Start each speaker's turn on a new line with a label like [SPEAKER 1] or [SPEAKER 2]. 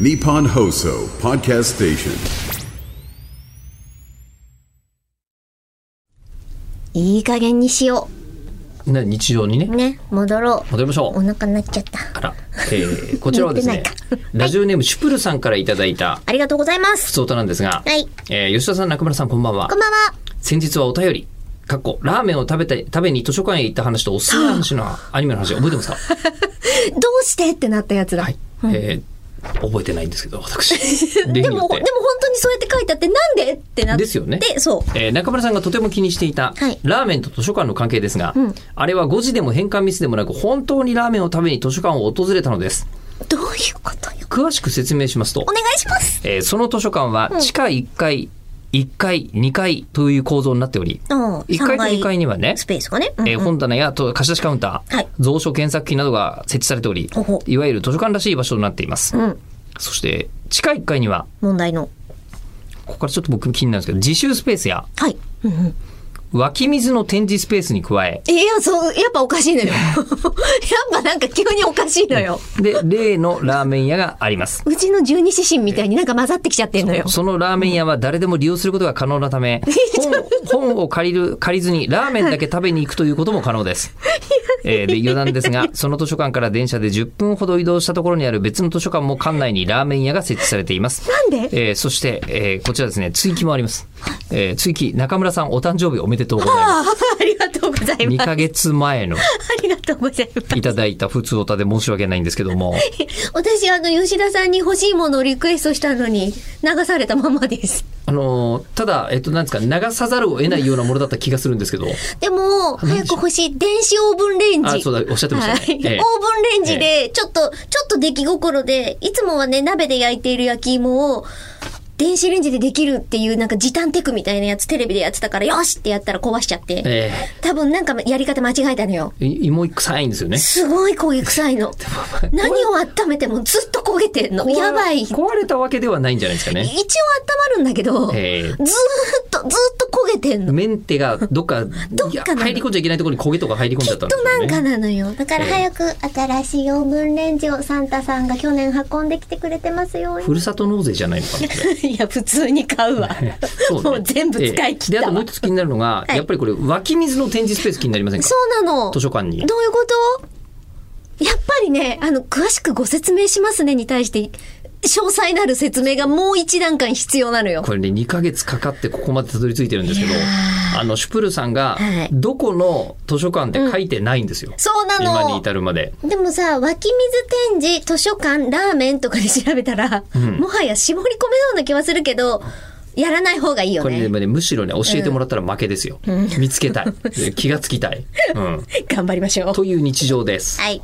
[SPEAKER 1] Nippon Hoso Podcast Station.
[SPEAKER 2] いい加減にしよ
[SPEAKER 3] ね、日常にね
[SPEAKER 2] う。ね戻ろう
[SPEAKER 3] 戻りましょ
[SPEAKER 2] お
[SPEAKER 3] う。
[SPEAKER 2] 腹なっちゃった
[SPEAKER 3] あら、えー、こちらはで す
[SPEAKER 2] やっ
[SPEAKER 3] ね
[SPEAKER 2] てないか、
[SPEAKER 3] ラジオネームシュプルさんからいただいた、
[SPEAKER 2] ありがとうございます
[SPEAKER 3] 普通歌なんですが、
[SPEAKER 2] はい
[SPEAKER 3] えー吉田さん、中村さん、こんばんは
[SPEAKER 2] こん。ばんは
[SPEAKER 3] 先日はお便り、かっこ、ラーメンを食べた、食べに図書館へ行った話とおすすめの話のアニメの話、覚え てますか
[SPEAKER 2] えどうしてってなったやつだ、
[SPEAKER 3] はい。えー覚えてないんですけど、私。例
[SPEAKER 2] でも
[SPEAKER 3] に
[SPEAKER 2] で
[SPEAKER 3] よ
[SPEAKER 2] も
[SPEAKER 3] っ
[SPEAKER 2] 本
[SPEAKER 3] て。
[SPEAKER 2] 当にそうやって書いてあってなんでってなって
[SPEAKER 3] ですよね
[SPEAKER 2] そう
[SPEAKER 3] えー中村さんがとても気にしていた、
[SPEAKER 2] はい
[SPEAKER 3] ラーメンと図書館の関係ですが、あれは誤字でも変換ミスでもなく本当にラーメンを食べに図書館を訪れたのです
[SPEAKER 2] どういうことよ
[SPEAKER 3] 詳しく説明しますと
[SPEAKER 2] お願いします
[SPEAKER 3] えーその図書館は地下1階、1階、2階という構造になっており、
[SPEAKER 2] うん
[SPEAKER 3] 1
[SPEAKER 2] 三
[SPEAKER 3] 階と
[SPEAKER 2] 階
[SPEAKER 3] 2階にはね、
[SPEAKER 2] スペースがね、うんうん
[SPEAKER 3] えー本棚やと貸し出しカウンター、
[SPEAKER 2] はい
[SPEAKER 3] 蔵書検索機などが設置されており
[SPEAKER 2] ほほ、
[SPEAKER 3] いわゆる図書館らしい場所となっています。
[SPEAKER 2] うん
[SPEAKER 3] そして、地下1階には、
[SPEAKER 2] 問題の
[SPEAKER 3] ここからちょっと僕気になるんですけど、自習スペースや
[SPEAKER 2] はい、うんうん、
[SPEAKER 3] 湧き水の展示スペースに加え、
[SPEAKER 2] えいやそうやっぱおかしいのよ やっぱなんか急におかしいのよ
[SPEAKER 3] で、例のラーメン屋があります。
[SPEAKER 2] うちの十二指針みたいになんか混ざってきちゃってんのよ
[SPEAKER 3] そのラーメン屋は誰でも利用することが可能な ため、本本を借りる、借りずにラーメンだけ食べに行くということも可能です。えーで、余談で すが、その図書館から電車で10分ほど移動したところにある別の図書館も館内にラーメン屋が設置されています。
[SPEAKER 2] なんで
[SPEAKER 3] えーそして、えーこちらですね、追記もあります。えー追記、中村さんお誕生日おめでとうございま す。
[SPEAKER 2] あーありがとうござい
[SPEAKER 3] 2
[SPEAKER 2] ます
[SPEAKER 3] ヶ月前の
[SPEAKER 2] ありがとうございます
[SPEAKER 3] いただいた普通おたで申し訳ないんですけども、
[SPEAKER 2] 私あの吉田さんに欲しいものをリクエストしたのに流されたまま です
[SPEAKER 3] あのーただ、えっと、なんですか、流さざるを得ないようなものだった気がするんですけど、
[SPEAKER 2] でも早く欲しい電子オーブンレンジ
[SPEAKER 3] あそうだおっしゃってましたね
[SPEAKER 2] はい
[SPEAKER 3] え
[SPEAKER 2] オ
[SPEAKER 3] え
[SPEAKER 2] ーブンレンジでちょっとちょっと出来心でいつもはね鍋で焼いている焼き芋を電子レンジでできるっていうなんか時短テクみたいなやつテレビでやってたからよしってやったら壊しちゃって
[SPEAKER 3] えー
[SPEAKER 2] 多分なんかやり方間違えたのよ
[SPEAKER 3] い芋臭いんですよね。
[SPEAKER 2] すごい焦げ臭い の何を温めてもずっと焦げてんのやばい
[SPEAKER 3] 壊れたわけではないんじゃないですかね。
[SPEAKER 2] 一応温まるんだけど、
[SPEAKER 3] え
[SPEAKER 2] ずーっと、ずーっと焦げてんの。
[SPEAKER 3] メンテがどっか
[SPEAKER 2] どっ
[SPEAKER 3] いや
[SPEAKER 2] かなの
[SPEAKER 3] 入り込んじゃいけないところに焦げとか入り込んじゃったんです
[SPEAKER 2] と
[SPEAKER 3] よ
[SPEAKER 2] な
[SPEAKER 3] ね。
[SPEAKER 2] んかなのよ。だから
[SPEAKER 3] ええ
[SPEAKER 2] 早く新しいオーブンレンジをサンタさんが去年運んできてくれてますよ。
[SPEAKER 3] ふるさと納税じゃないのかな。これ
[SPEAKER 2] いや、普通に買うわ。
[SPEAKER 3] そうね
[SPEAKER 2] もう全部使い切
[SPEAKER 3] ええ
[SPEAKER 2] っ
[SPEAKER 3] で、あ
[SPEAKER 2] た
[SPEAKER 3] とも
[SPEAKER 2] わ
[SPEAKER 3] う。一つ気になるのが、
[SPEAKER 2] はい
[SPEAKER 3] やっぱりこれ湧き水の展示スペース気になりませんか
[SPEAKER 2] そうなの。
[SPEAKER 3] 図
[SPEAKER 2] ど
[SPEAKER 3] 書館に。
[SPEAKER 2] ういうことやっぱりね、あの、詳しくご説明しますねに対して、詳細なる説明がもう一段階必要なのよ。
[SPEAKER 3] これね、2ヶ月かかってここまでたどり着いてるんですけど、あの、シュプルさんが
[SPEAKER 2] はい、
[SPEAKER 3] どこの図書館って書いてないんですよ。
[SPEAKER 2] そうな
[SPEAKER 3] 今に
[SPEAKER 2] の。
[SPEAKER 3] 至るまで。
[SPEAKER 2] でもさ、湧き水展示、図書館、ラーメンとかで調べたら、もはや絞り込めそうな気はするけど、やらない方がいいよ
[SPEAKER 3] これ
[SPEAKER 2] ね。
[SPEAKER 3] ね、むしろね、教えてもらったら負けで すよ。見つけたい。気がつきたい。うん。
[SPEAKER 2] 頑張りましょう。
[SPEAKER 3] という日常です。
[SPEAKER 2] はい。